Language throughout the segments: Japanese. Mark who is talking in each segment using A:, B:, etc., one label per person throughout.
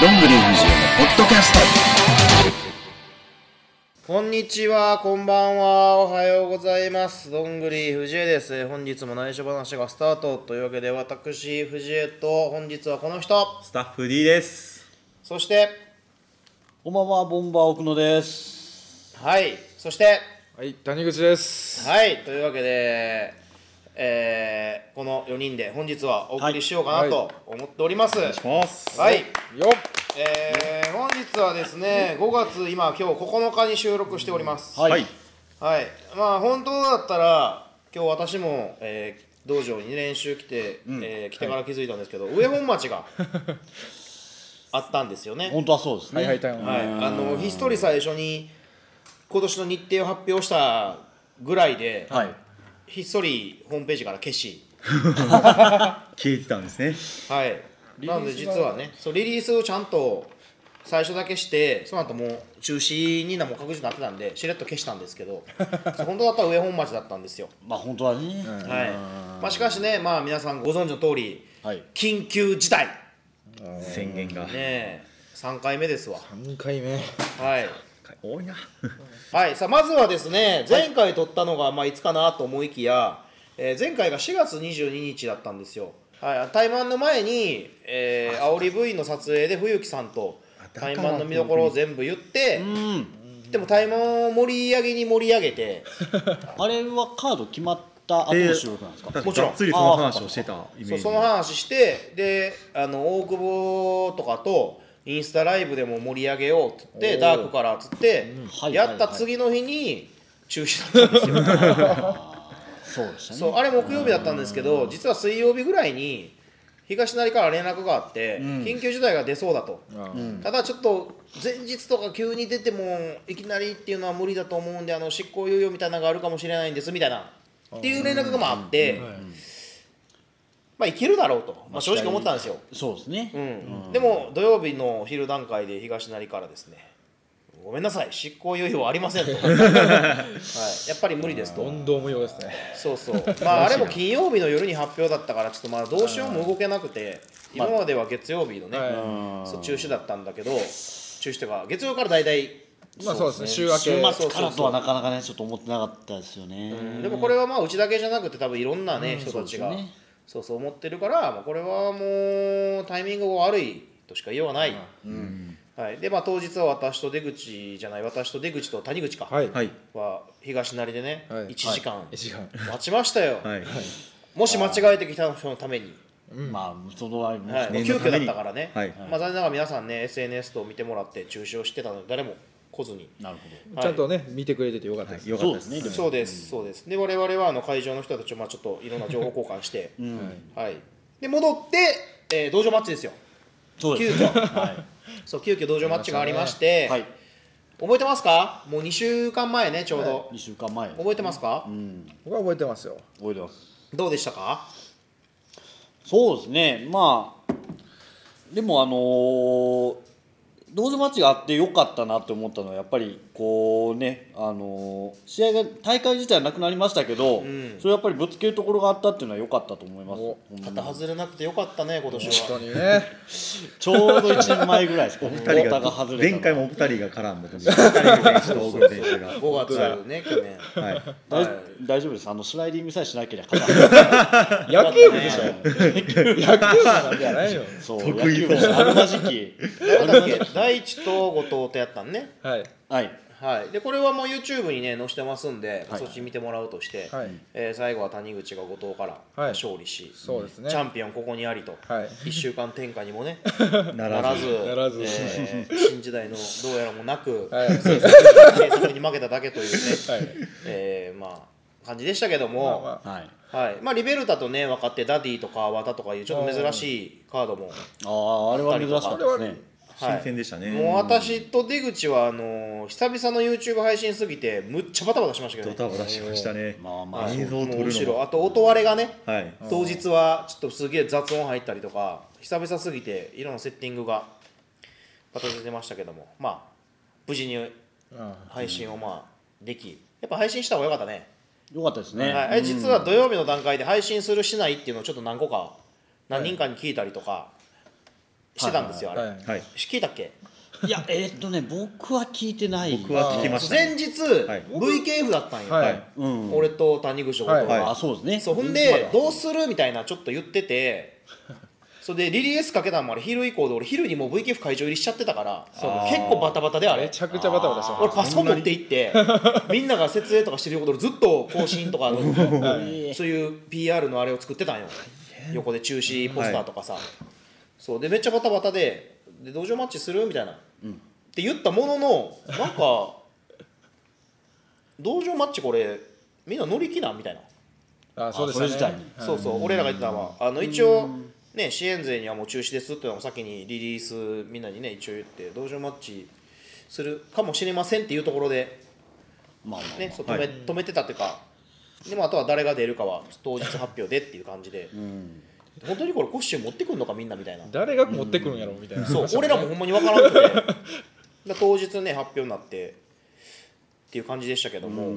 A: どんぐり藤枝のポッドキャスト
B: こんにちは、こんばんは、おはようございます。どんぐり藤江です。えー本日も内緒話がスタートというわけで、私、藤江と、本日はこの人、
C: スタッフ D です。
B: そして、
D: こんばんは、ボンバー奥野です。
B: はい、そして、
E: はい、谷口です。
B: はい、というわけで、えーこの4人で本日はお送りしようかなと思っております。はい、
C: ます。
E: よっ
B: えー本日はですね、5月、今、今日9日に収録しております。
D: はい。
B: はい、まあ本当だったら今日私も、えー道場に練習来て、えー来てから気づいたんですけど、上本町があったんですよね。
D: 本当はそうですね。
E: はいはい、谷口。
B: はい、あのひっそり最初に今年の日程を発表したぐらいで、
D: はい。
B: ひっそりホームページから消し、
C: 消えてたんですね。
B: はい、なので実はねそうリリースをちゃんと最初だけしてその後もう中止になもう確実になってたんでしれっと消したんですけどそう本当だったら上本町だったんですよ。
D: まあ本当はね。
B: はい、まあ、しかしね、まあ、皆さんご存知の通り、
D: はい。
B: 緊急事態、ね
C: 宣言が。
B: え、3回目ですわ。
E: 何回目
B: はい、
C: 多い な。
B: はい、さあまずはですね、前回撮ったのが、まあ、いつかなと思いきや、えー前回が4月22日だったんですよ。はい、対マンの前に、えー、煽り V の撮影で冬木さんと
C: だから
B: 対マンの見どころを全部言って
D: う、ん。
B: でも対マンを盛り上げに盛り上げて、
D: あれはカード決まった後の収録なんですか。
B: もちろん
C: がっつりその話をしてたイメージ。
B: そうその話してであの大久保とかとインスタライブでも盛り上げようっつってダークからっつって、
D: はい
B: やった次の日に中止だったんですよ、
D: そうでしたね。
B: そうあれ木曜日だったんですけど実は水曜日ぐらいに東成から連絡があって、緊急事態が出そうだと、ただちょっと前日とか急に出てもいきなりっていうのは無理だと思うんであの執行猶予みたいなのがあるかもしれないんですみたいなっていう連絡がまああって、まあいけるだろうと、まあ、正直思ったんですよ、
D: そうです
B: う
D: ね。
B: んでも土曜日の昼段階で東成からですねごめんなさい執行猶予はありま せんと、はい、やっぱり無理ですと
E: 運動無用ですね。
B: そう そうまああれも金曜日の夜に発表だったからちょっとまあどうしようも動けなくて今までは月曜日のね、そう中止だったんだけど中止というか月曜から大体
E: まあそうですね、週
D: 週
E: 明け。
D: 末からとはなかなかね、ちょっと思ってなかったですよね。
B: でもこれはまあうちだけじゃなくて多分いろんなね、人たちがそう,、
D: そうですよね
B: そう思ってるから、まあ、これはもうタイミングが悪いとしか言いようがない、はい、でまあ当日は私と出口じゃない私と出口と谷口か、
E: はい。
C: はい。
B: は東成でね、
E: はい
B: 1時間
E: 1時間。
B: 待ちましたよ、
C: はい。
B: もし間違えてきた人のために。
D: まあその前も
B: はい、
C: 念
B: 急
C: のた
B: 遽だ
C: め
B: っ
C: に
B: たからね、
C: はい
B: まあ、残念ながら皆さんね SNS と見てもらって中止をしてたので誰も来ずに、
D: なる
B: はい
E: ちゃんとね、見てくれててよかったです。
C: よ
D: ほど。
C: かっ
D: そう
C: たで
D: ですすね。でも
B: そうですそうですで我々はあの会場の人たちをまあちょっといろんな情報交換して、はい、で戻って、えー道場マッチですよ
D: そうです。
B: 急遽
D: は
B: そう急遽道場マッチがありまして、
D: い。はい。
B: 覚えてますかもう2週間前ねちょうど、
D: 二週間前。
B: 覚えてますか、
E: 僕は覚えてますよ。
D: 覚えてます。
B: どうでしたか
D: そうですね、まあ、でも、あのー、道場マッチがあってよかったなって思ったのは、やっぱりこうね、あのー試合が、大会自体はなくなりましたけど、
B: ん
D: それやっぱりぶつけるところがあったっていうのは良かったと思います
E: お
D: ほん
B: 肩
D: まに。
B: 外れなくてよかったね今年
E: 本
B: は
E: 当にね。
D: ちょうど1年前ぐらい ですか、
C: 二
D: 太
C: 人
D: 田が
C: が
D: 外れたの
C: 前回もお二人が絡んだ時に、二人の選手と大久保選手が。
B: 5月ね去年
C: はい。
D: 大大丈夫です、あのスライディングさえしなければ勝
E: 野球部でしょ。 野球部なんじゃないよ。
D: そう、
C: 得意
D: 野球部ですあるまじき、
B: 誰だっけ大地と後藤とやったんね
E: はい。
D: はい、
B: はい、でこれはもう YouTube にね載せてますんで、そっち見てもらうとして、
E: はい
B: えー最後は谷口が後藤から
E: はい
B: 勝利し、
E: そうですね
B: チャンピオンここにありと、
E: はい
B: 1週間転換にもね
C: な
B: な
C: ら
B: ら
C: ず
B: ず。
E: ならず
B: えー新時代のどうやらもなく、
E: はい
B: 制作制作に負けただけというね、
E: はい
B: えーまあ、感じでしたけども、
E: まあま
D: はい、
B: はいまあ、リベルタとね若手ダディとか和田とかいうちょっと珍しいカードも。
D: ああ、あれは珍しかったですね。
B: はい
C: 新鮮でしたね。
B: もう私と出口はあのー久々の YouTube 配信すぎてむっちゃバタバタしましたけど
C: ド
B: ね
C: タバタしましたね。
D: まあまあ、
C: 映像を撮
B: もう
C: る
B: 後
C: の
B: ろ
C: も。
B: あと音割れがね
C: はい。
B: 当日はちょっとすげえ雑音入ったりとか久々すぎていろんなセッティングがバタついてましたけどもまあ無事に
E: あ
B: 配信をまあできやっぱ配信した方が良かったね、
D: 良かったですね。
B: はい、え実は土曜日の段階で配信するしないっていうのをちょっと何個か何人かに聞いたりとか、してたんですよ、
E: はいはい
B: あれ、
C: はい
B: 聞いたっけ
D: いやえーっとね僕は聞いてない
C: 僕は聞きましたね
B: 前日、
C: はい
B: VKF だったんよ、
E: は
C: は
E: い
C: い
D: うん
B: 俺と谷口のこと、
E: はい
D: あそうですね
B: そうほんでどうするみたいなちょっと言ってて それでリリースかけたのもあれ昼以降で俺昼にもう VKF 会場入りしちゃってたから結構バタバタであれ
E: めちゃくちゃバタバタして
B: 俺
E: ま
B: パソコン持って行って みんなが設営とかしてることでずっと更新とかの そういう PR のあれを作ってたんよ横で中止ポスターとかさ、そうでめっちゃバタバタで「で道場マッチする?」みたいな、って言ったもののなんか道場マッチこれみんな乗り気なんみたいな。
E: すあそうで
D: あそれ
E: し
D: 自
E: た
D: 体
E: ね
D: に
B: そうそう、俺らが言ってたのは、あの一応、ね、支援税にはもう中止ですっていうのを先にリリース、みんなにね、一応言って、道場マッチするかもしれませんっていうところで、
D: まあまあ
B: ね、そう止め,、止めてたっていうか、でもあとは誰が出るかは当日発表でっていう感じで、本当にこれ、コッシュ持ってくるのか、みんなみたいな、
E: 誰が持ってくるんやろみたいな
B: そう、俺らもほんまに分からんくて、で当日ね、発表になってっていう感じでしたけども、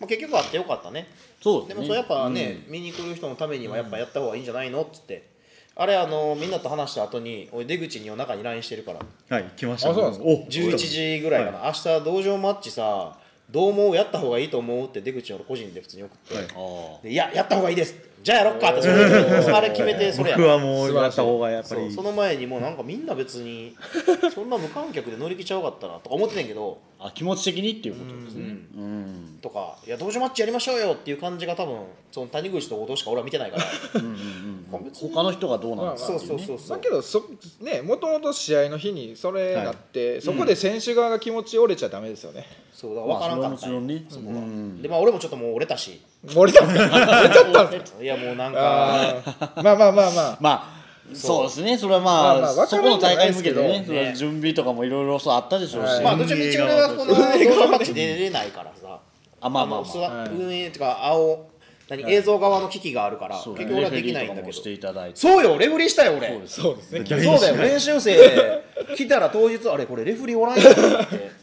B: まあ、結局あってよかったね。
D: そ
B: で
D: うです
B: も
D: ね
B: そうやっぱね、見に来る人のためにはやっぱやった方がいいんじゃないのっつってあれあのみんなと話した後に俺出口に夜中に LINE してるから
C: はい来ました
E: あそうなんですか
C: お
B: 11時ぐらいかな、明日道場マッチさどう思うやった方がいいと思うって出口に俺個人で普通に送って、
C: はい
D: あー
B: でいややった方がいいですじゃあやろっかってそれ あれ決めてそれや
C: 僕はもうやった方がやっぱ
B: そ
C: り
B: うその前にもうなんかみんな別 にそんな無観客で乗り切っちゃよかったなとか思ってたんやけど、
D: あ気持ち的にっていうことです
B: う
D: ね
B: ん
D: うん
B: とか「いや道場マッチやりましょうよ」っていう感じが多分その谷口と後藤しか俺は見てないから
D: うん他の人がどうなんですか
B: そうそ
D: ってい
B: う
D: ね
B: そうそ
E: だ
B: う
E: けどそねもともと試合の日にそれなって、そこで選手側が気持ち折れちゃダメですよね、
B: そうだから分からんかったんよ、
D: まあそれはもち
B: そ
D: ろ
B: こ
D: んね
B: が、
D: うん
B: でまあ俺もちょっともう折れたし
E: 折れたんすか 折れちゃったんすか
B: いやもうなんか
E: あーまあまあまあま
D: ま
E: あ
D: あそうですねそれはま
E: まあま
D: あ
E: あわ
D: そ
E: から
D: この
E: んじゃ
D: 大
E: ない
D: 会
E: で
D: に
E: す
D: 向
E: け
D: け
E: ど
D: てねそれは準備とかもいろいろそうあったでしょうし
E: はい
B: まあどっちみち俺はこの動画マッチで出れないからさ
D: あまあまあまあ
B: の座
E: はい
B: 運営とか青何映像側の機器があるから
D: そう
B: 結
D: ですね
B: 局俺はできないんだ
D: レフェ
B: け
D: リーとかもして
B: ど
D: いただいて
B: そうよレフェリーしたよ俺
D: そうです
E: そうですね
C: 逆に
B: そうだよ練習生来たら当日あれこれレフェリーおらんやんって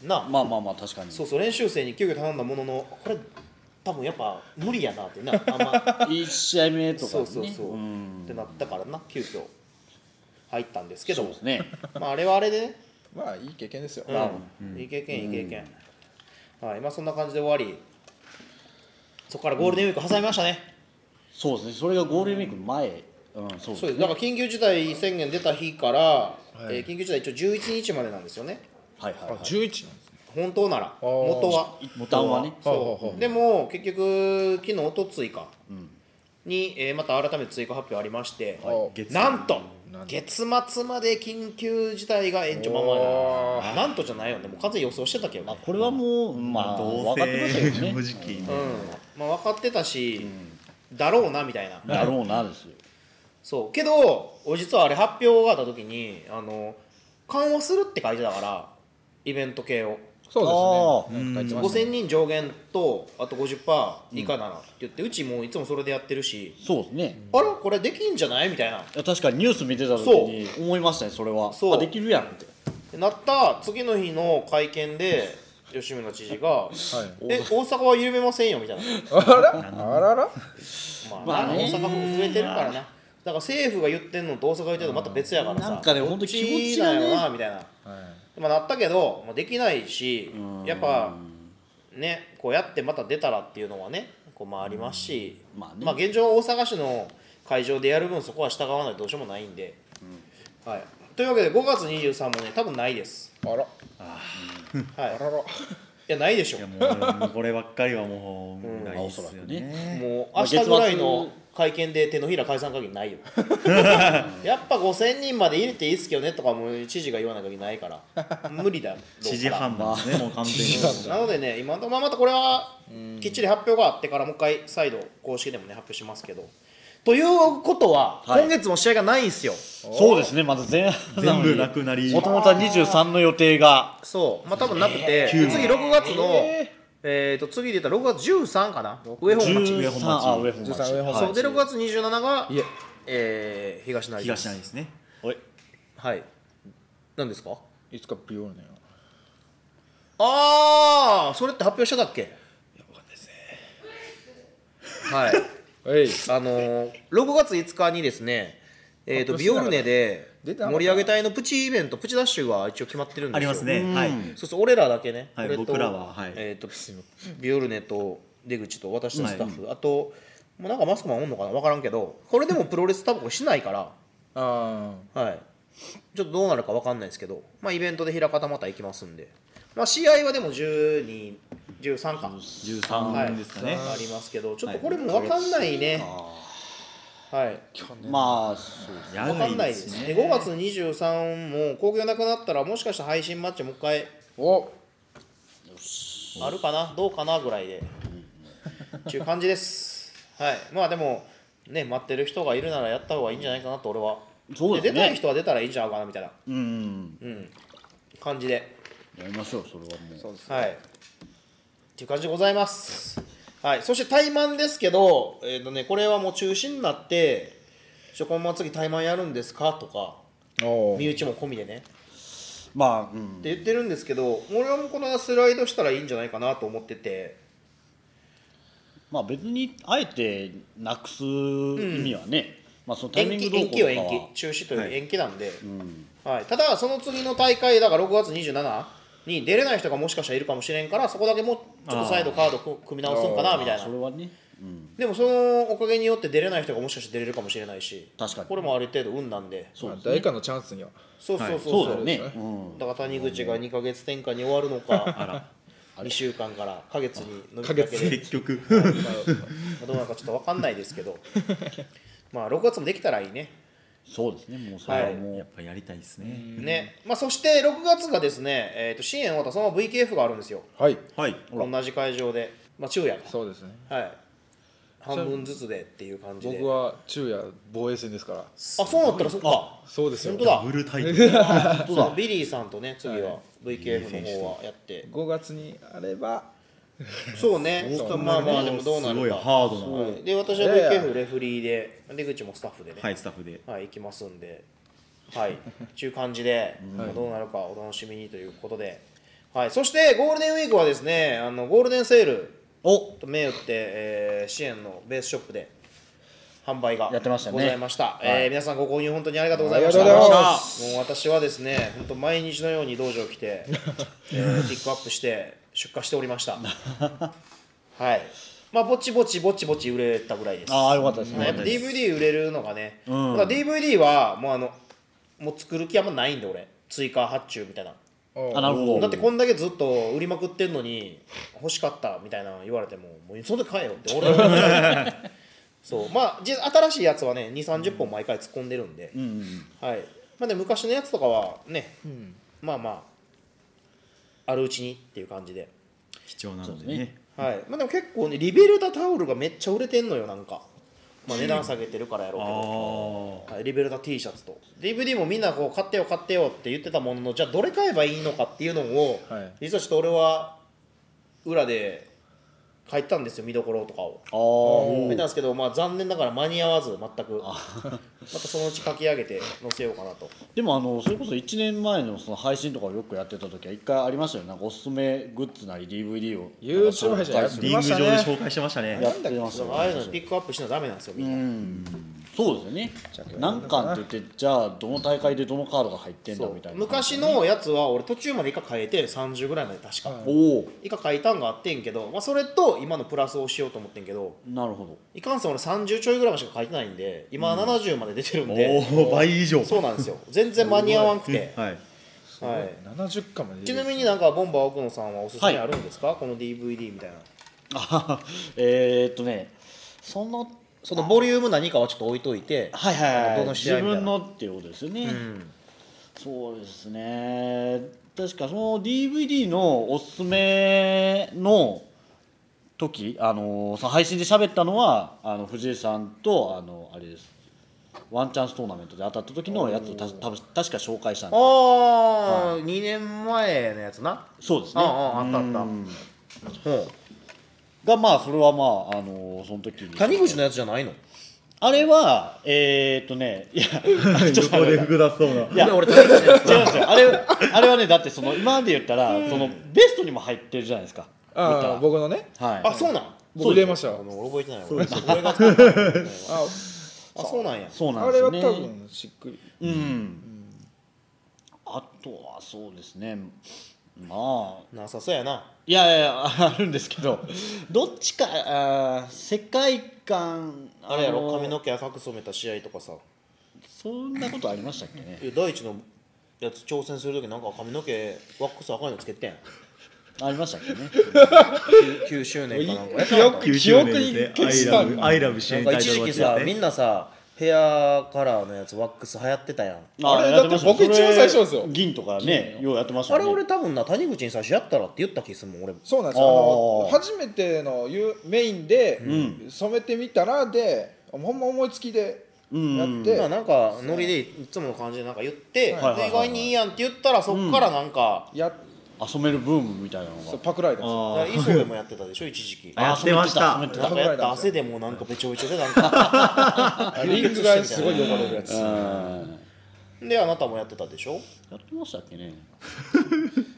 B: な
D: まあまあまあ確かに
B: そうそう練習生に急遽頼んだもののこれ多分やっぱ無理やなってなあんま
D: 1試合目とか
B: そ
D: ね
B: うそうそう、
D: ん
B: ってなったからな急遽入ったんですけ
D: そう
B: ど
D: ですね
B: まああれはあれでね、
E: まあいい経験ですよ、
B: うんいい経験いい経験、はいまあそんな感じで終わりそこからゴールデンウィーク挟みましたね、
D: そうですねそれがゴールデンウィークの前うんそうです
B: そうですだから緊急事態宣言出た日から、えー緊急事態一応11日までなんですよね
D: はいはい
E: あ
D: はい
E: 11なんですね
B: 本当なら
E: あー
B: 元は
D: ボタンはね
E: ほうほうほう
B: でも結局昨日一昨日かに、えーまた改めて追加発表ありまして、
E: はい
C: 月
B: なんと
E: なんと
B: 月末まで緊急事態が延長ま
E: お
B: まななんとじゃないよねもう完全に予想してたけどね、
D: これはもうまあ
C: ど
D: 分
C: う
D: かってました
C: せ
D: よ
C: 正直
B: う
D: ね
B: んまあ、分かってたし、だろうなみたいな
D: だろうなですよ
B: そうけど俺実はあれ発表があった時にあの緩和するって書いてたからイベント系を
E: そうですねなんか言ってましたね
B: 5000人上限とあと50%以下ならって言って、うちもいつもそれでやってるし
D: そうですね
B: あらこれできんじゃないみたいない
D: や確かにニュース見てた時に思いましたねそれは
B: そう
D: あできるやんって
B: なった次の日の会見で吉村知事が
E: はい
B: 「え大阪は緩めませんよ」みたいな
E: あらあらら
B: まあ、
D: まあね
B: 大阪府増えてるからなだから政府が言ってんのと大阪が言ってんのまた別やからさ
D: なんかね
B: どっ
D: ほんと気持ちが
B: な
D: ね
B: んやろなみたいな、まあ、なったけど、まあ、できないしやっぱねこうやってまた出たらっていうのはねこうまあありますし、
D: うんまあね
B: 現状は大阪市の会場でやる分そこは従わないとどうしようもないんで、はい、というわけで5月23もね多分ないです、
E: あら
B: はい、
E: あ
B: い
E: らら
B: やないでしょ
C: いやもうこればっかりはも
B: ん
C: うないですよね
B: もう
D: まあ
B: 明日ぐらいの会見で手のひら返さん限りない よやっぱ5000人まで入れていいっすけどねとかもう知事が言わない限りないから無理だろ うから
C: 知事判断ですねもう完全に
B: なのでね今のところまたこれはきっちり発表があってからもう一回再度公式でもね発表しますけどということは、
D: はい
B: 今月も試合がないんすよ
D: そうですねまず前半
C: 全部なくなり
D: もともとは23の予定が
B: そうまあ多分なくて、次6月のえーと次出た6月13かな上本町
C: 上
D: 13
C: 本町
D: あ上本町
E: 13上本町
B: そうで6月27が
E: いえ
B: えー東成
C: 東成ですね
D: はい
B: はい。何ですか？
E: いつかビオーネよ
B: ああ、それって発表してたっけ？はい。
E: はい
B: あのー、6月5日にですね、えー、とビオルネで
E: 出てなかった
B: 盛り上げ隊のプチイベントプチダッシュが一応決まってるんですよ
C: ありますね。はい。
B: そうそう俺らだけね、
C: はい
B: 俺と
C: 僕らははい
B: えー、とビオルネと出口と私のスタッフ、あともうなんかマスクマンおんのかな分からんけどこれでもプロレスタバコしないから、
E: あ
B: はい、ちょっとどうなるか分かんないですけど、まあ、イベントで平方また行きますんで、まあ、試合はでも1213か、はい、
C: 13ですかね。
B: ありますけどちょっとこれも分かんないね、はい、
D: まあそうです
C: や
B: わかんないですね。5月23も興行なくなったらもしかしたら配信マッチもう一回
E: あお
B: あるかなどうかなぐらいでっていう感じです。はい。まあでもね待ってる人がいるならやった方がいいんじゃないかなと俺は。
D: そうです
B: 出たい
D: ね
B: 人は出たらいいんじゃないかなみたいな
D: うん
B: 感じで、
D: やりましょうそれはもう
E: そうです
B: はい。っていう感じでございます。はい。そして怠慢ですけど、えっ、とねこれはもう中止になって、ちょ今後次怠慢やるんですかとか
E: お
B: 身内も込みでね。
D: まあうん
B: って言ってるんですけど俺はもうこの間スライドしたらいいんじゃないかなと思ってて
D: まあ別にあえてなくす意味はね、まあそのタイミ
B: 延
D: ング
B: 期
D: どう
B: 延期は
D: こうとか
B: 延
D: は
B: 期中止という延期なんで、はいただその次の大会だから6月27に出れない人がもしかしたらいるかもしれんからそこだけもうちょっと再度カード組み直すんかなみたい
D: そ
B: な
D: れはね
B: でもそのおかげによって出れない人がもしかして出れるかもしれないし
D: 確かに
B: これもある程度運なんで
E: まあ、誰かのチャンスには
B: そうそうそう
D: そう
B: そ
D: だ
B: う
D: よね、うん、
B: だから谷口が2か月転換に終わるの か2週間から1か月に伸びかけ
E: か
B: で
C: 結局。
B: まあどうなるかちょっと分かんないですけどまあ6月もできたらいいね
D: そうですねもうそれはもう、
C: やっぱやりたいですね。
B: ね、まあ、そして6月がですね、えー、と支援終わったそのまま VKF があるんですよ
E: はい
C: はい。
B: 同じ会場で、まあ、昼夜
E: そうですね
B: はい半分ずつでっていう感じで
E: 僕は昼夜防衛戦ですから
B: あそうなったらそっか
E: そうですよ
B: 本当だ
C: ブルタイトル。
B: そうだビリーさんとね次は VKF
C: 選
B: の
C: 手と
B: 方はやって
E: 5月にあれば
B: そうねちょっとまあまあでもどうな
C: すごい
B: るか
C: ハードな。
B: はいで私はい
E: やいや
B: VKF レフリーで出口もスタッフでね
C: はい、スタッフで。
B: はい、行きますんで、はい、ちゅう感じで、まあどうなるかお楽しみにということで、はい、そしてゴールデンウィークはですね、あのゴールデンセール
D: お
B: と銘打って、えー支援のベースショップで販売が
D: やってましたね
B: ございました、えー皆さんご購入本当にありがとうございま
E: あ
B: し
E: り
B: た。
E: がとうござい
B: も
E: ま
B: う私はですね、本当毎日のように道場来て、えーピックアップして出荷しておりました。はい、まあぼちぼちぼちぼち売れたぐらいです。
D: ああよかったですね、
B: やっぱ DVD 売れるのがね、だから DVD はもうあのもう作る気あんまないんで俺追加発注みたいな
D: あなるほど
B: だってこんだけずっと売りまくってんのに欲しかったみたいなの言われてももうそんで買えよって俺はそうまあじ新しいやつはね2 3 0本毎回突っ込んでるんで、はいまあね昔のやつとかはね、まあまああるうちにっていう感じで
C: 貴重なのでね。
B: はいまあでも結構ねリベルタタオルがめっちゃ売れてんのよなんか、まあ、値段下げてるからやろう
C: あ
B: け
C: あ
B: どはいリベルタ T シャツと DVD もみんなこう買ってよ買ってよって言ってたもののじゃあどれ買えばいいのかっていうのを、
E: はい
B: 実はちょっと俺は裏で書いてたんですよ見どころとかを
D: あー
B: 書いたんですけど、まあ、残念ながら間に合わず全くまたそのうち書き上げて載せようかなと
D: でもあのそれこそ1年前のその配信とかをよくやってた時は1回ありましたよねなんかおすすめグッズなり DVD を
E: YouTube 配信やって
C: リン
E: ま
C: グ
E: し
C: 上
E: た
C: で
E: ね
C: 紹介してましたね
D: や。ってましたよ
B: ああいうのピックアップしなダメなんですよみんな、
D: そうですよね何巻って言ってじゃあどの大会でどのカードが入ってん
B: そ
D: だ
B: う
D: みたいな
B: 昔のやつは俺途中まで以下変えて30ぐらいまで確か、
D: おお
B: 以下書いたんがあってんけど、まあ、それと今のプラスをしようと思ってんけど
D: なるほど
B: いかんせん俺30ちょいぐらいまでしか書いてないんで今70まで出てるんで、
C: おお、倍以上。
B: そうなんですよ全然間に合わんくて、
C: はい。
B: は
E: 70巻まで
B: い、ちなみになんかボンバー奥野さんはおすす
D: は
B: め
D: い
B: あるんですか、この DVD みたいな
D: あえーっとねその
B: そのボリューム何かはちょっと置いといて
D: はいはい、はい、
B: どの試合み
D: 自
B: たいな
D: 分のっていうことですよね、
B: うん
D: そうですね確かその DVD のおすすめの時あのその配信で喋ったのはあの藤井さんとあのあれですワンチャンストーナメントで当たった時のやつをた多分確か紹介したん
B: あ
D: で
B: あ、2年前のやつな
D: そうですね
B: あああったあった
D: うん
B: うん
D: がまあそれはまああのその時に
B: 谷口のやつじゃないの
D: あれはえー、っとねいやちょっと
C: 横
D: 待っ
C: で
D: て
C: 複雑そうな。
D: いや俺違うんですよあれあれはねだってその今まで言ったら、そのベストにも入ってるじゃないですか言った
E: あ
D: ら
E: あ僕のね
D: はい
B: あそうなん
E: 僕出ました
B: あ
E: よ
B: の俺覚えてないわ俺が使ったんだよね
E: あ
B: あそうなんや
D: そうなん
E: あ
D: です
E: れ
D: よ
E: は
D: ね
E: 多分しっくり
D: うん、あとはそうですねまあ
B: なさそうやない
D: やいやあるんですけど どっちかあー世界観
B: あれやろ
D: の
B: 髪の毛赤く染めた試合とかさ
D: そんなことありましたっけね
B: いや第一のやつ挑戦する時なんか髪の毛ワックス赤いのつけてん
D: ありましたっけね
B: 9周年かなんか
E: 記憶記憶に消した
C: 90年でアイラブ支
B: なん
C: 援
B: か
C: タイ
B: 一
C: トルマ
B: 時
C: ッ
B: 期
C: チや
B: さ
C: って
B: みんなさヘアカラーのやつワックス流行ってたやん
E: あれ
D: やました
E: だって僕
D: それ
E: 一番最初ですよ
D: 銀とかねようやってました
B: あ
D: よ
B: れ
D: ね
B: 俺多分な谷口に最初やったらって言った気するもん俺も
E: そうなんですよあの
D: あー
E: 初めてのゆメインで染めてみたらでほんま思いつきでやっ
B: まあ
E: て
B: なんかノリでいつもの感じでなんか言って、
D: はい
B: で意外にいいやんって言ったらそっからなんか,、
E: やっ
D: 遊べるブームみたいなのが
E: そうパクライダー
B: だから磯部もやってたでしょ一時期
C: あやってました
D: 遊べて
B: なんかやった汗でもうなんかべちょべちょでなんか
E: ですよリングがすごい呼ばれるやつ
D: うん
B: であなたもやってたでしょ
D: やってましたっけね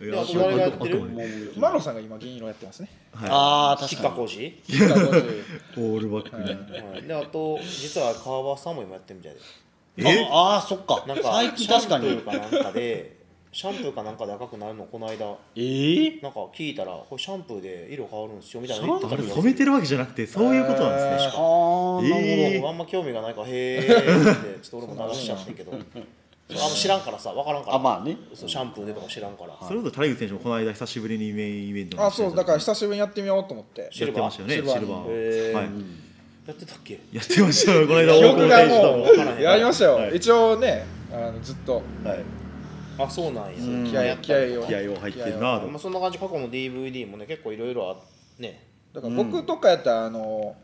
C: い
B: いや隣がやってる
C: あとね
E: マロさんが今銀色やってますね
D: ああ
B: 吉
D: 確
B: 川
D: かに
B: 浩司、
C: オールバックに
B: はい、であと実は川場さんも今やってるみたいで
C: え
D: ああーそっか
B: なんか
D: 最近確か
B: シャン
D: に
B: プーかなんかでシャンプーかなんかで赤くなるのこの間
D: えー
B: なんか聞いたらこれシャンプーで色変わるんですよみたい
C: シ
B: な
C: ャ
B: の
C: ンプ
B: 言って
C: ー
B: た
C: 止めてるわけじゃなくてそういうことなんですね
D: あーなるほど、
C: えー
B: 僕あんま興味がないからへえってちょっと俺も流しちゃってんけどそうあんま知らんからさ分からんから
D: あまあね
B: そうシャンプーでとか知らんから、
C: それこそ谷口選手もこの間久しぶりにメインイベントの
E: あそうだから久しぶりにやってみようと思って
B: シ
C: や
B: ル
C: っ
B: バー
C: てましたよねシ
E: シ
C: ル
E: ル
C: バ
E: バ
C: ー
E: ー
C: はい
B: やってたっけ
C: やってましたよこの間
E: 記憶が
C: 大久保
E: も
C: 選手と
E: うやりました
C: はい
E: よ一応ねあのずっと
C: はい
B: あそうなんや
E: 気合い気合いを
C: 気合を入ってるなと
B: まあ、そんな感じ過去の DVD もね結構いろいろあね
E: だから僕とかやったらあの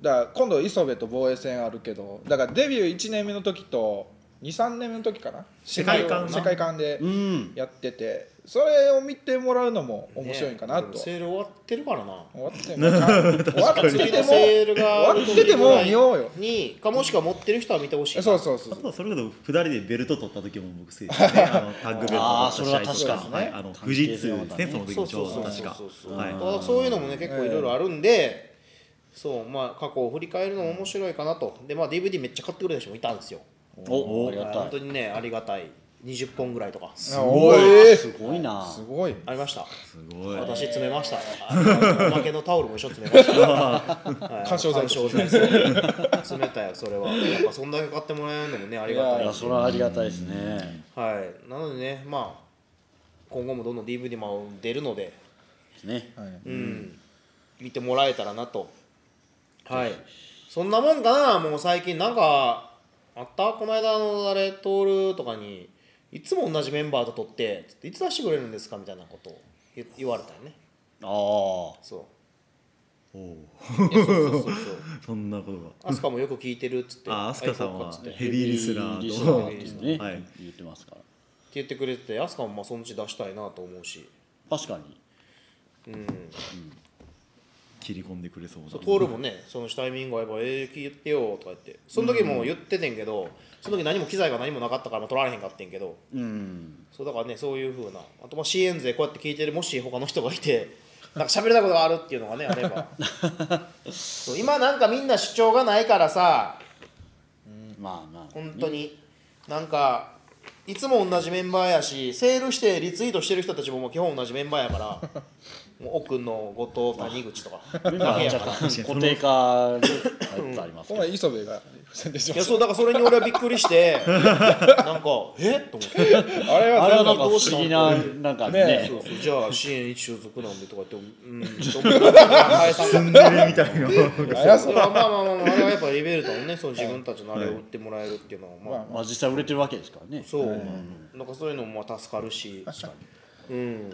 E: だから今度磯部と防衛戦あるけどだからデビュー1年目の時と23年目の時かな
C: 世界観な
E: 世界観で
D: うん
E: やっててそれを見てもらうのも面白いんかなと、
B: ねセール終わってるからな
E: 終わってもな 終わって
B: 次
E: て
B: の
E: も
B: セールが
E: 終わってても見ようよ
B: にかもしくは持ってる人は見てほしいな
E: そうそうそ
C: あ
E: う
C: とはそれこそ二人でベルト取った時も僕好きですねあのタッグベルト取った試合と
D: あーそれは確かにね
C: はいあの富士通ですねその時
B: そ
C: の
B: う
C: ち
B: そ
C: ょ
B: う
C: う
B: そ
C: ど
B: う
C: 確か
B: そうそう、
C: はい
B: だからそういうのもね結構いろいろあるんで、そうまあ過去を振り返るのも面白いかなとでまあ DVD めっちゃ買ってくれた人もいたんですよ
D: おありが
B: 本
D: た
B: 当
D: い
B: にねありがたい20本ぐらいとか
E: す
D: おーす
E: す
D: ごいな
E: ごい
B: ありました
C: すごい
B: 私詰めましたあおまけのタオルも一緒詰めま したはい
E: 緩衝材
B: 緩衝材そう詰めたよそれはやっぱそんだけ買ってもらえるのもねありがた
D: い
B: い
D: やそれはありがたいですね、
B: はいなのでねまあ今後もどんどん DVD も出るので
D: ね
E: はい
B: うん、見てもらえたらなとはいそんなもんかなもう最近なんかあったこの間のあれ徹とかにいつも同じメンバーと撮ってつっていつ出してくれるんですかみたいなことを言言われたよね
D: ああ
B: そ
C: おお
B: ういやそうそうそうそう
C: そんなことが
B: 飛鳥もよく聞いてるっつって
C: あ飛鳥さんは
B: あ行こうかっつってっ
C: ヘビーリスナ
D: リス
C: ー
D: ナ
C: と
D: ーですね、
C: はい
D: 言ってますから
B: て言ってくれてて飛鳥もまあそのうち出したいなと思うし
D: 確かに
B: うん
C: 切り込んでくれそうな
B: そう徹もねそのタイミングが合えば「ええ聞いてよ」とか言ってその時も言っててんけど、その時何も機材が何もなかったからまあ撮られへんかってんけど
D: うん
B: そうだからねそういうふうなあとまあ支援税こうやって聞いてるもし他の人がいてなんか喋れたことがあるっていうのがねあればそう今なんかみんな主張がないからさ
D: まあまあ
B: 本当になんかいつも同じメンバーやしセールしてリツイートしてる人たちももう基本同じメンバーやからもう奥の後藤谷口とか
D: メンバ
B: だけ
D: ー
B: や
D: が
B: から
D: 若干固定化で入ってありますけ
E: この
D: ど
E: 前磯部が 宣伝し
B: い
E: ま
B: や
E: し
B: そうだからそれに俺はびっくりしてなんかえっと思って
E: たあれは
D: あれはなんか
B: ど
D: 不
B: う
D: 思
B: した
D: 議ななんかね
E: ね
B: そうそうじゃあ支援一所属なんでとか言ってうんと思って解散
C: ツンデレみたいなのが
E: あれはそ
B: まあまあまあまあ、あれはやっぱリベルトのね、その自分たちのあれを売ってもらえるっていうのは、まあ、
D: まあ実際売れてるわけですからね
B: そう、なんかそういうのもまあ助かるし、うん。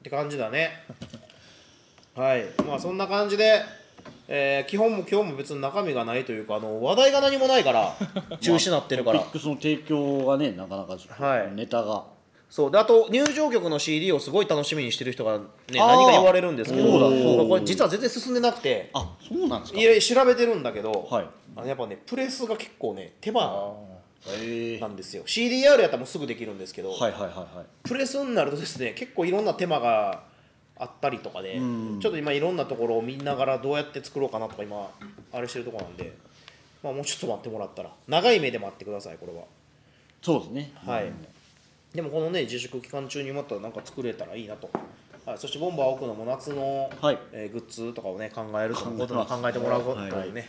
B: って感じだね。 はい、まあそんな感じで、えー基本も今日も別に中身がないというか、あの話題が何もない から、中止になってるか
D: ピ
B: ら。
D: ックスの提供がねなかなか
B: はい
D: ネタが
B: そうであと入場曲の CD をすごい楽しみにしてる人が、ね、
D: あー
B: 何か言われるんですけど
D: そうだそうだ
B: これ実は全然進んでなくて
D: あそうなんですか
B: いや調べてるんだけど、
D: はい
B: あのやっぱねプレスが結構ね手間
D: え
B: なんですよ CDR やったらもうすぐできるんですけど、
D: はいはいはいはい
B: プレスになるとですね結構いろんな手間があったりとかで、ちょっと今いろんなところを見ながらどうやって作ろうかなとか今あれしてるところなんでまあ、もうちょっと待ってもらったら長い目で待ってくださいこれは
D: そうですね
B: はい、でもこのね自粛期間中にまたなんか作れたらいいなと、はい、そしてボンバー奥のも夏の、
D: はい
B: えーグッズとかをね考えるとことは考えてもらうことね、
C: はい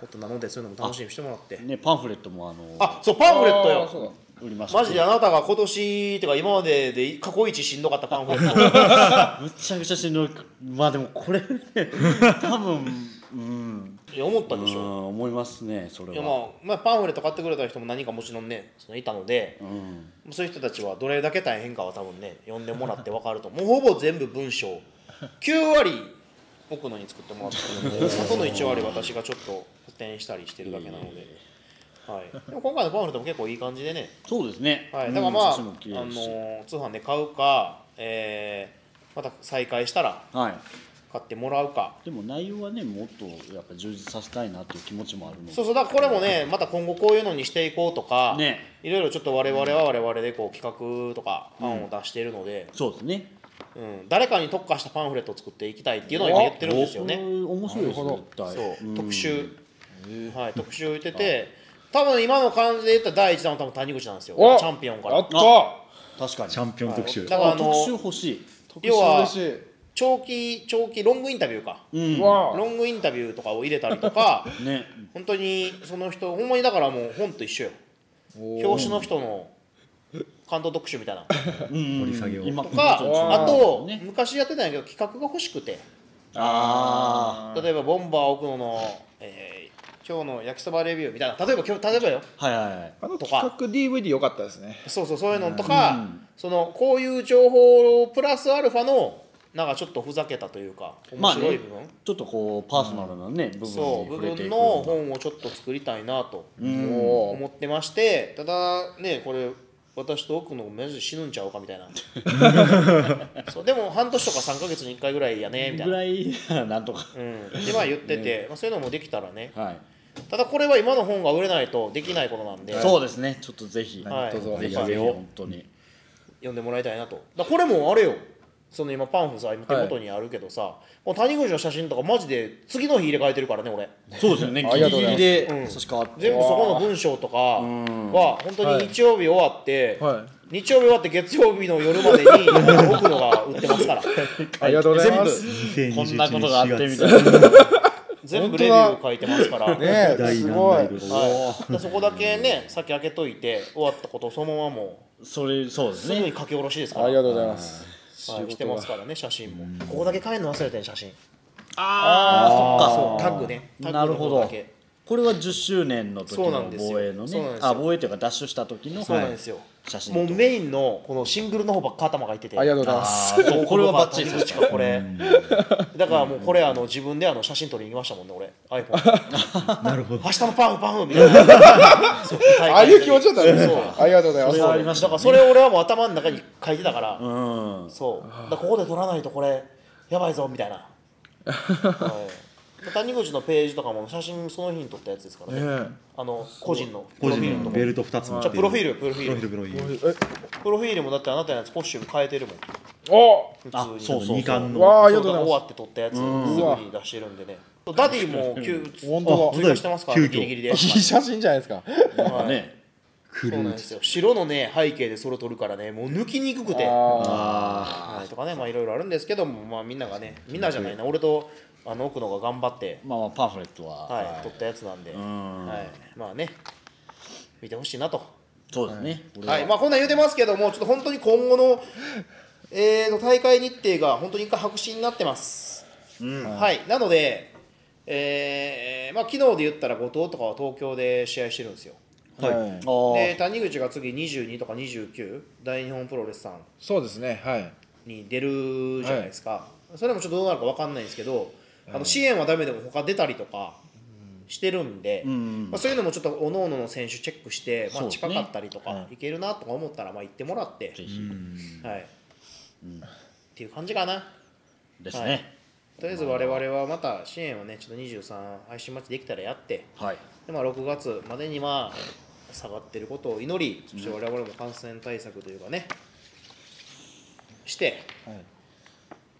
B: ことなのでそういうのも楽しみにしてもらって
D: ねパンフレットもあの
B: あそうパンフレット
E: あーそうだ
B: よ
D: 売りました
B: マジであなたが今年とか今までで過去一しんどかったパンフレッ ト
D: むちゃくちゃしんどいまあでもこれね 多分うん
B: いや思ったで
D: う
B: しょ
D: ん思いますねそれ
B: いや
D: は
B: まあまあ、パンフレット買ってくれた人も何かもちろんねそのいたので、
D: うん
B: そういう人たちはどれだけ大変かは多分ね読んでもらって分かるともうほぼ全部文章9割奥野に作ってもらってるのでそこの1割私がちょっと補填したりしてるだけなので,、はい、でも今回のパンフレットも結構いい感じでね、
D: そうですね
B: はい、
D: う
B: だ
D: ん
B: からまあ、
D: 写
B: あ
D: 真
B: の
D: も綺麗ですし
B: ー通販で買うか、えーまた再開したら
D: はい
B: 買ってもらうか
D: でも内容はねもっとやっぱ充実させたいなっていう気持ちもあるので
B: そうそうだからこれもねまた今後こういうのにしていこうとか、
D: ね
B: いろいろちょっと我々は我々でこう企画とか案を出しているので、
D: そうですね
B: うん誰かに特化したパンフレットを作っていきたいっていうのを今言ってるんですよ
D: お
B: ね。
D: 面白いですね絶
B: そう
D: 対
B: 特
D: うん
B: 集、はい、特集を言ってて多分今の感じで言ったら第一弾は多分谷口なんですよチ
E: お
B: ャンピオンから。
E: やった
D: 確かに
C: チャンピオン特集
B: だからあの
D: 特集欲しい
B: 要は
E: 嬉しい
B: 長期長期ロングインタビューか、
E: うわ
B: ロングインタビューとかを入れたりと か
D: ね
B: 本当にその人ほんまにだからもう本と一緒よ表紙の人の関東特集みたいな。
D: 掘
C: り下げを
D: 今
B: とか
E: ー
B: あと
D: ね
B: 昔やってたんやけど企画が欲しくて
D: あ
B: 例えばボンバー奥野の、えー今日の焼きそばレビューみたいな例えば今日例えばよ
D: あはいはいはい
E: あの
B: とか
E: 企画 DVD 良かったですね
B: そうそうそういうのとか、そのこういう情報をプラスアルファのなんかちょっとふざけたというか面
D: まあ
B: 白い
D: ね
B: 部分、
D: ちょっとこうパーソナルなね部分に
B: そう部
D: 触れて
B: 分
D: いく
B: の
D: ような
B: 本をちょっと作りたいなと
E: おー
B: 思ってましてただねこれ私と奥野マジで死ぬんちゃうかみ たいなそうでも半年とか3か月に1回ぐらいやねみたい
D: ぐ
B: な
D: らいならなんとか
B: うん、でまあ言ってて、まあ、そういうのもできたらね
D: はい
B: ただこれは今の本が売れないとできないことなんで、
D: そうですねちょっとぜひ
B: は
D: ぜ
B: い
E: どうぞ
D: ひぜひ本当に
B: 読んでもらいたいなとだこれもあれよその今パンフさ今手元にあるけどさ、もう谷口の写真とかマジで次の日入れ替えてるからね俺
D: そうですよね
E: あ
D: ギ
E: りが
D: リ
E: とう
D: ギ
E: ござい
D: リ
E: ま
B: う
E: す
B: ん
D: で差し替わって
B: 全部そこの文章とかは本当に日曜日終わって、
E: は
B: 日曜日終わって月曜日の夜までに奥野が売ってますから
E: ありがとうございます
D: こ
C: 2021
D: ん
C: 年
D: なことがあってみた
C: 4
D: いな
B: 全部レビュー書いてますから
E: ねえ
C: 第
E: す
C: 何
E: ごい
C: 代です
B: はい、でそこだけね先開けといて終わったことをそのままも
D: それそうで
B: う
D: す
B: すぐ
D: ね
B: に書き下ろしですから
E: ありがとうございます
B: はい、来てますからね写真もここだけ変えるの忘れてん写真
D: あ
B: そ
D: ー
B: うタグねタグ
D: なる
B: の
D: ほ
B: 方だ
D: ど
B: け
D: これは10周年の時
B: そうな
D: の
B: んですよ
D: 防衛の
B: そうなん
D: ね
B: ですよ
D: あ防衛というかダッシュした時の
B: そうなんですよ、
D: 写真
B: もう
D: と
B: メインのこのシングルの方ばっか頭がいってて
E: ありがとうございます
D: あーそうこれはバッチリ
B: で
D: ですす
B: かこれだからもうこれあの自分であの写真撮りに行きましたもんね俺 iPhone
C: なるほど
B: 明日のパンフパンフみたいなそう
E: ああいう気持ちだったんですね
B: そう
E: ありがとうございま
D: それ
E: す
D: はありまし
B: だか
D: た
B: ら
D: ね
B: それを俺はもう頭の中に書いてたから、
D: うん
B: そうだからここで撮らないとこれやばいぞみたいな、はい、谷口のページとかも写真その日に撮ったやつですからね、
E: え
B: あの個人のプ
C: 個
B: ロフィール
C: 人
B: の
C: の
B: とこ
C: ベルト2つ持って
B: じゃあ
C: る
B: プロフィールプロフィ
C: プ
B: ー
C: ロ
B: ル
C: フィールプロフィール
E: え
B: プロフィールもだってあなたのやつコスチューム変えてるもん
E: お
B: 普通に
D: あそうそう
C: 二冠
E: わ
C: の
E: ああり
B: そ
E: が
B: う
E: とう
B: だ終
E: ござ
B: わ
E: い
B: って撮ったやつすぐに出してるんでねダディも急
E: 本当だ
B: 追加してますからね
C: 急遽
B: ギリギリで
E: ま
B: はい
E: すいい写真じゃないですか
D: まあね
C: ク
B: そ
C: ル
B: うな
C: ー
B: んで
C: ズ
B: すよ白のね背景でそれ撮るからねもう抜きにくくて
E: あ
B: はいとかねまあいろいろあるんですけどもまあみんながねみんなじゃないな俺とあの奥野が頑張って
D: まあまあパンフレットは
B: はい撮ったやつなんで
D: ん
B: はいまあね見てほしいなと
D: そうですねこれは
B: はい、まあこんなん言うてますけども、ちょっと本当に今後の、えーと大会日程が本当に一回白紙になってます。はい、なので、えーまあ昨日で言ったら後藤とかは東京で試合してるんですよ。
E: あはい
D: あー
B: で谷口が次22とか29大日本プロレスさん
E: そうですねはい
B: に出るじゃないですか、それもちょっとどうなるか分かんないんですけど、あの支援はダメでも他出たりとかしてるんで、まあ、そういうのもちょっと各々の選手チェックして、ま
D: そ
B: あ、
D: うです
B: 近
D: ね
B: かったりとか、いけるなとか思ったらまあ行ってもらって、
D: ぜひ
B: はいっていう感じかな
D: です
B: はい
D: ね
B: とりあえず我々はまた支援をねちょっと23配信待ちできたらやって
D: はい
B: で、まあ、6月までにまあ下がってることを祈りそして我々も感染対策というかねして、
E: はい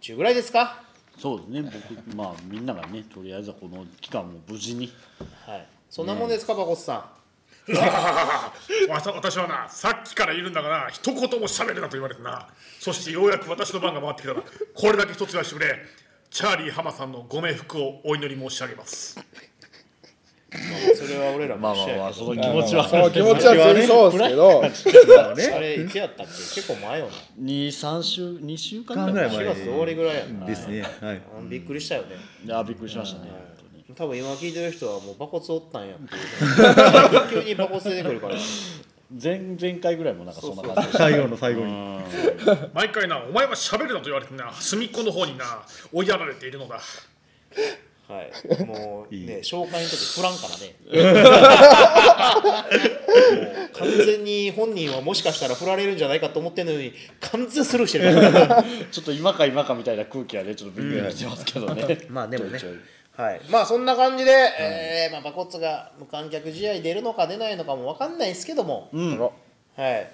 B: 中ぐらいですか
D: そうですね僕まあみんながねとりあえずはこの期間も無事に
B: はいそんなもんですか、バコスさん。
F: わた私はなさっきからいるんだから一言も喋るなと言われてなそしてようやく私の番が回ってきたらこれだけ一つ言わせてくれチャーリー浜さんのご冥福をお祈り申し上げます
B: それは俺ら
D: ま
B: も
D: あ
B: 一緒や
D: まあまあ
B: け
D: そ
B: ど
D: の気持ちは
E: その気持ちは全然そうですけど
B: あれ、いつやったっけ結構前よな。
D: 23週2週間
C: 間ぐらい前
B: 4月終わりぐらいやんな。
C: ですねはい
B: うんびっくりしたよね。
D: いやびっくりしましたね
B: 多分今聞いてる人はもう馬骨おったんやっていう急 に馬骨出てくるから
D: 前前回ぐらいもなんかそんな感じで
C: 最後の最後に
F: 毎回なお前は喋るなと言われてな隅っこの方にな追いやられているのだ
B: はいもうね紹介の時振らんからねも う完全に本人はもしかしたら振られるんじゃないかと思ってるのに完全スルーして るから
D: ちょっと今か今かみたいな空気はねちょっとビビりしてますけどね
B: まあでもね
D: ちょいちょい
B: はいまあそんな感じで、えーまあ、馬骨が無観客試合出るのか出ないのかも分かんないですけども、はい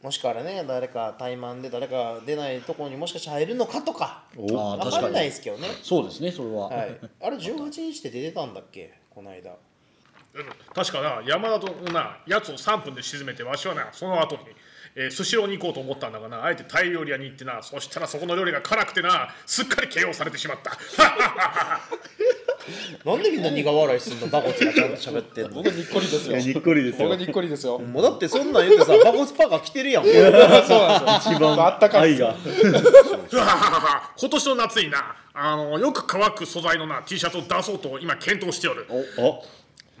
B: もしからね誰か怠慢で誰か出ないところにもしかして入るのかとか
D: あー
B: 分
D: 確
B: か
D: か
B: ん
D: に
B: ないですけどね
D: そうですねそれは、
B: はい、 あれ18日って出てたんだっけこの間
F: 確かな山田となやつを3分で沈めてわしはなその後に、えー、スシローに行こうと思ったんだがなあえてタイ料理屋に行ってなそしたらそこの料理が辛くてなすっかり KO されてしまった
B: なんでみんな苦笑いするのバコツがちゃんと喋ってんの
E: 僕にっこりです
C: いや
E: よ
C: にっこりですよ
E: 僕にっこりですよ
B: もうだってそんなん言ってさ バコツパーカー着てるやん
E: そうなんですよ一番あったかい
C: 愛が
F: 今年の夏になあのよく乾く素材のな T シャツを出そうと今検討しておる
C: お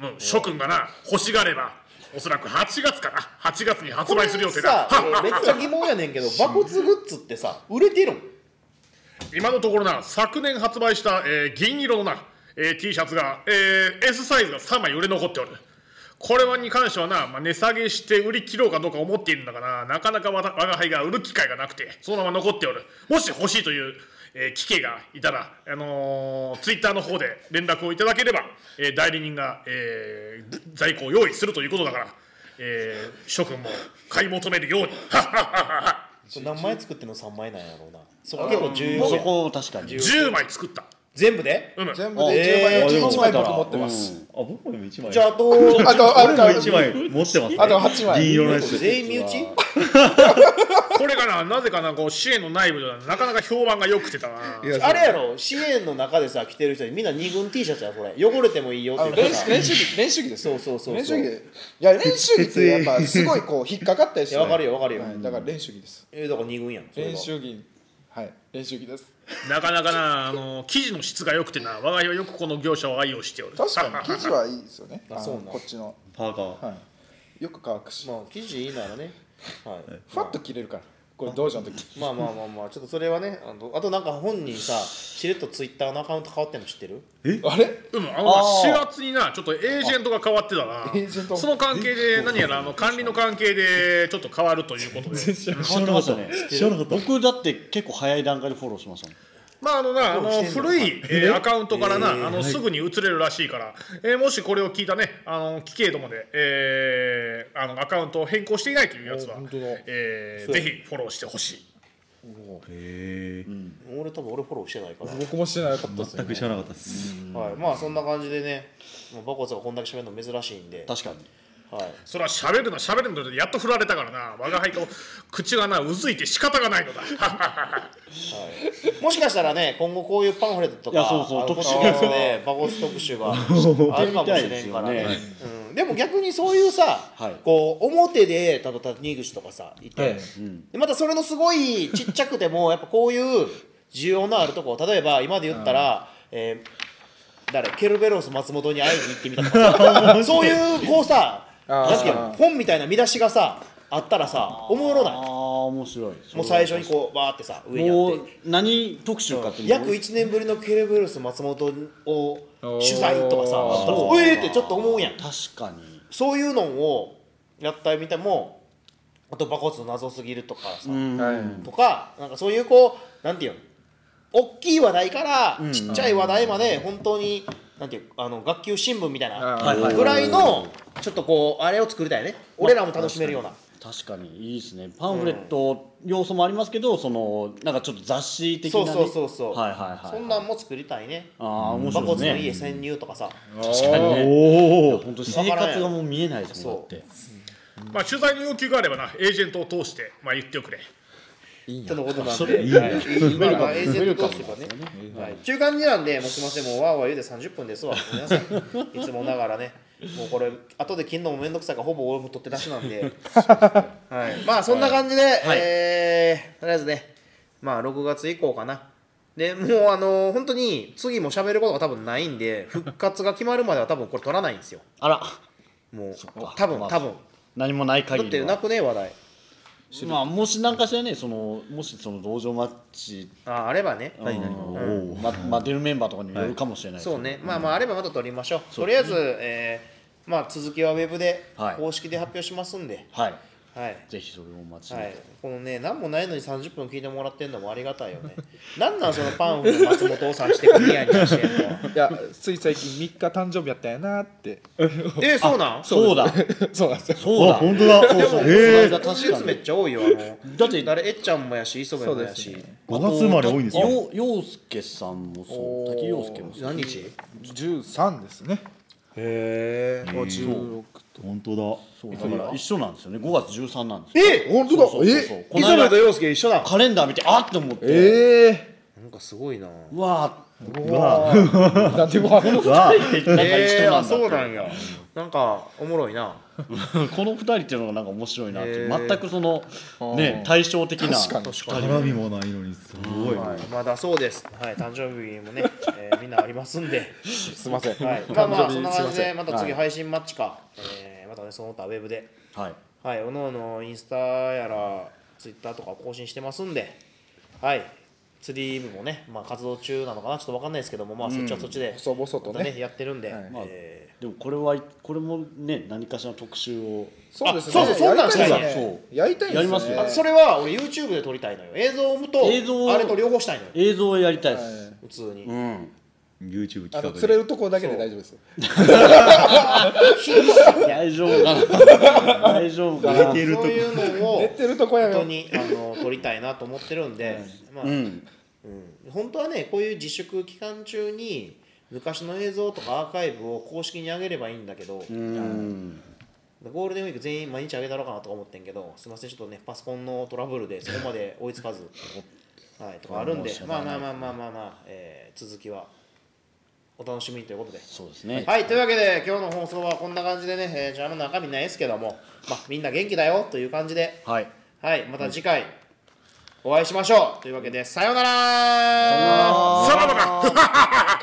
F: うん、諸君がな欲しがればおそらく8月かな8月に発
B: これ
F: 売する予定だ
B: さめっちゃ疑問やねん けどバコツグッズってさ売れてるん
F: 今のところな昨年発売した、えー銀色のな、えー T シャツが、えー S サイズが3枚売れ残っておるこれはに関してはな、まあ、値下げして売り切ろうかどうか思っているんだがななかなかわた我が輩が売る機会がなくてそのまま残っておるもし欲しいという、えー機会がいたら、あのー、ツイッターの方で連絡をいただければ、えー代理人が、えー在庫を用意するということだから、えー諸君も買い求めるように
B: これ何枚作ってんの3枚なんやろうなそこ結構重要
D: そ
B: やん
D: こ確かに
F: 10枚作った
B: 全部で
F: うん
E: 全部
D: あえ
E: で
D: ー
E: 10枚
D: 考え
E: 1枚
D: た
E: 僕
D: ら
E: 持ってます
D: うん
C: あ僕も一枚
B: じゃああと
E: あとあ
C: 俺も
E: と
C: 一枚持ってますね
E: あと八枚
C: 銀色のやつ
B: 全員身内
F: これがな、なぜかな、こう、支援の内部ではなかなか評判が良くてたな。
B: あれやろ支援の中でさ着てる人にみんな2軍 T シャツやこれ汚れてもいいよって言って
E: 練
B: さ
E: 習練習着練習着です
B: そうそうそうそう
E: 練習着でいや練習着ってやっぱすごいこう引っかかったりし
B: いやわかるよわかるよ
E: はいだから練習着です
B: えーだから2軍やんそれは
E: 練習着はい練習着です
F: なかなかな、あの、生地の質が良くてな、我が家はよくこの業者を愛用しておる。
E: 確かに生地はいいですよね
B: あそうなん
E: のこっちの
C: パーカー
E: はいよく乾くし
B: まあ記事いいならねはい
E: ふわっと切れるからこれ道場の時
B: まあまあまあまあちょっとそれはねあのあとなんか本人さしれっとツイッターのアカウント変わってんの知ってる
E: あれ
F: うん、あのな、4月にな、ちょっとエージェントが変わってた
E: あエージェン
F: な。
E: ト
F: その関係で、何やら、あの、管理の関係で、ちょっと変わるということで。
D: 変わってましたね
C: 知らなかった
D: 僕だって結構早い段階でフォローしましたもん
F: まああのなあの
B: してんの
F: 古い、えーアカウントからな、あのすぐに移れるらしいから、えーもしこれを聞いたねあの聞けどもで、えーあのアカウントを変更していないというやつは
E: お本当だ、
F: えー
B: そう
F: ぜ
B: や
F: ひフォローしてほしい。
C: へえ
B: 俺多分俺フォローしてないから、
E: 僕もしてなかったです よ
C: 全く知らなかったです
B: はい、まあそんな感じでねもうバコツがこんだけ喋るの珍しいんで、
D: 確かに
B: はい、
F: それは喋るな喋るのでやっと振られたからな我が輩と口がなうずいて仕方がないのだ
B: もしかしたらね今後こういうパンフレットと
D: い
B: か
D: やそうそう
B: あの
D: 特集
B: こっちのやつでバコツ特集 があるかもしれんからね
D: やりたいで
B: うん、でも逆にそういうさ、
D: はい
B: こう表で例えば谷口とかさいて、
E: え
B: でまたそれのすごいちっちゃくてもやっぱこういう需要のあるとこ例えば今で言ったら、えー誰ケルベロス松本に会いに行ってみたとか さそういうこうさ
E: あー
B: なんていうの本みたいな見出しがさあったらさおもろ
D: ああ
B: ない
D: 面白い
B: もう最初にこうバーってさ上に
D: も
B: あっ
D: う何特集かっ
B: て
D: ていうの
B: 約1年ぶりのケルベロス松本を取材とかさ
E: おー
B: あったらさええってちょっと思うやん
D: 確かに
B: そういうのをやったみたいもあと馬骨の謎すぎるとかさ、
E: はい
B: とかなんかそういうこうなんていうの大きい話題からちっちゃい話題まで本当になんていうあの学級新聞みたい
E: あーはい
B: な
E: はい
B: ぐらいのちょっとこうあれを作りたいね俺らも楽しめるような
D: 確かにいいですねパンフレット要素もありますけど、そのなんかちょっと雑誌的な、
B: そうそ
D: ね、
B: うそうそう、
D: はいはいはい
B: そんなんも作りたいね
D: ああ面
B: 馬
D: 白い
B: 骨の
D: で
B: 家
D: すね
B: 潜入とかさ、
D: 確かにね本当に生
B: わからん
D: 活
B: や
D: が
B: ん
D: もう見えないですもんだって
F: まあ、取材の要求があればなエージェントを通して、まあ、言っておくれ
B: とのことなんで、
D: そ
B: はいい
D: れい
B: い
D: いね
B: まあまあエージェントとしてはね、はい、中間になんで、もしもし、もうわーわー言うて30分ですわ、ごめんなさい、いつもながらね、もうこれ、後で切るのもめんどくさいから、ほぼ俺も取って出しなん で、はい、まあそんな感じで、えーとりあえずね、まあ6月以降かな。でもうあの本当に次も喋ることが多分ないんで復活が決まるまでは多分これ取らないんですよ
D: あら
B: もう
D: か
B: 多分多分
D: 何もない
B: だ
D: 限
B: っ
D: り
B: て
D: は
B: なくねえ話題
D: まあもし何かしらねそのもしその道場マッチ
B: ああればね
D: うんままあ出るメンバーとかにもよるかもしれないです
B: そ
D: けど
B: うね、まあまああればまた取りましょう。とりあえず、えーまあ続きはウェブで
D: はい
B: 公式で発表しますんで、
D: はい
B: はい。
D: ぜひそれをお待ちに、
B: はい、このね、何もないのに30分聞いてもらってんのもありがたいよね。 なんなんそのパンフの松本さんしてニヤニヤしてん の。
E: いやつい最近3日誕生日やったんやなって
B: えー、そうなん
D: そうだ
E: そうなんですよ
D: そ
C: あ
D: うだ
C: 本当だ
D: そうそう
C: へえ
D: この間
B: 確
D: 確
B: か
D: か
B: めっ
D: に
B: ちゃ多いよ。あの
D: だって
B: 誰、えっちゃんもやし、磯部もやし。
E: そうです
C: 5月生まれ多いんですよ
D: よ陽介さんもそう滝陽介もそう
B: 何日
E: 13ですね
B: へえ。
E: 56と
C: 本当
D: そうだから一緒なんですよね5月13なんですよ
B: え
E: 本当だ
D: そうそうそうそう
E: え
D: この
B: 磯部
D: 間
B: と洋介一緒だ。
D: カレンダー見てあっって思って、
E: ええ
B: なんかすごいな。
D: うわ
E: うわー なんでもある
C: だわあ
D: ーってなんか一
B: えー、
D: 緒な
B: あ
D: んだって
B: そうなんや。なんかおもろいな。
D: この二人っていうのがなんか面白いなって、
B: へー
D: 全くそのね
E: あー
D: 対照的な
E: 確かに
B: 確かに。
C: 絡みもないのにすごい
B: はい、まだそうです。はい、誕生日もね、えーみんなありますんで。
E: すいません
B: はい、まあまあ、
E: 誕生日
B: そんな感じ
E: す
B: で、
E: い
B: ま
E: ま
B: た次
D: はい
B: 配信マッチか。えーまたね、その他ウェブで。
D: はい
B: はい、おのおのインスタやら、ツイッターとか更新してますんで。はい。釣り部もね、まあ、活動中なのかな、ちょっとわかんないですけども、まあ、そっちはそっちで。
E: 細々と
B: また
E: ね
B: やってるんで。
E: はい
B: え
D: でもこれはこれもね何かしらの特集を
E: そうですね
B: あそうそうそんなんしたいね
E: やりたで
D: そう
E: すねやりたいですね
D: やります
B: ー
D: よ
B: あそれは俺 YouTube で撮りたいのよ映像と
D: 映像を
B: あれと両方したいのよ
D: 映像をやりたいです、
E: は
B: 普通 に、
D: うん、
C: YouTube
E: あの
C: 企
E: 釣
C: 画
E: れ
C: で
E: るとこだけで大丈夫ですよ
D: 大丈夫かな大丈夫かな
C: 寝てると
B: そういうのを
E: 寝てるとこやめ
B: 本
E: よ
B: 当にあの撮りたいなと思ってるんで、まあ
D: うん
B: うん本当はねこういう自粛期間中に昔の映像とかアーカイブを公式に上げればいいんだけど、
D: うん
B: ゴールデンウィーク全員毎日上げたろうかなとか思ってんけどすいませんちょっとねパソコンのトラブルでそこまで追いつかず、はい、とかあるんで
D: 申し訳
B: ま
D: な
B: あ
D: い
B: まあまあまあまあ、まあえー続きはお楽しみということで。
D: そうですね、
B: はい、というわけで今日の放送はこんな感じでね、えー、じゃあの中身ないですけども、まあ、みんな元気だよという感じで
D: はい
B: はい、また次回お会いしましょうというわけで、さようなら
F: さらばだ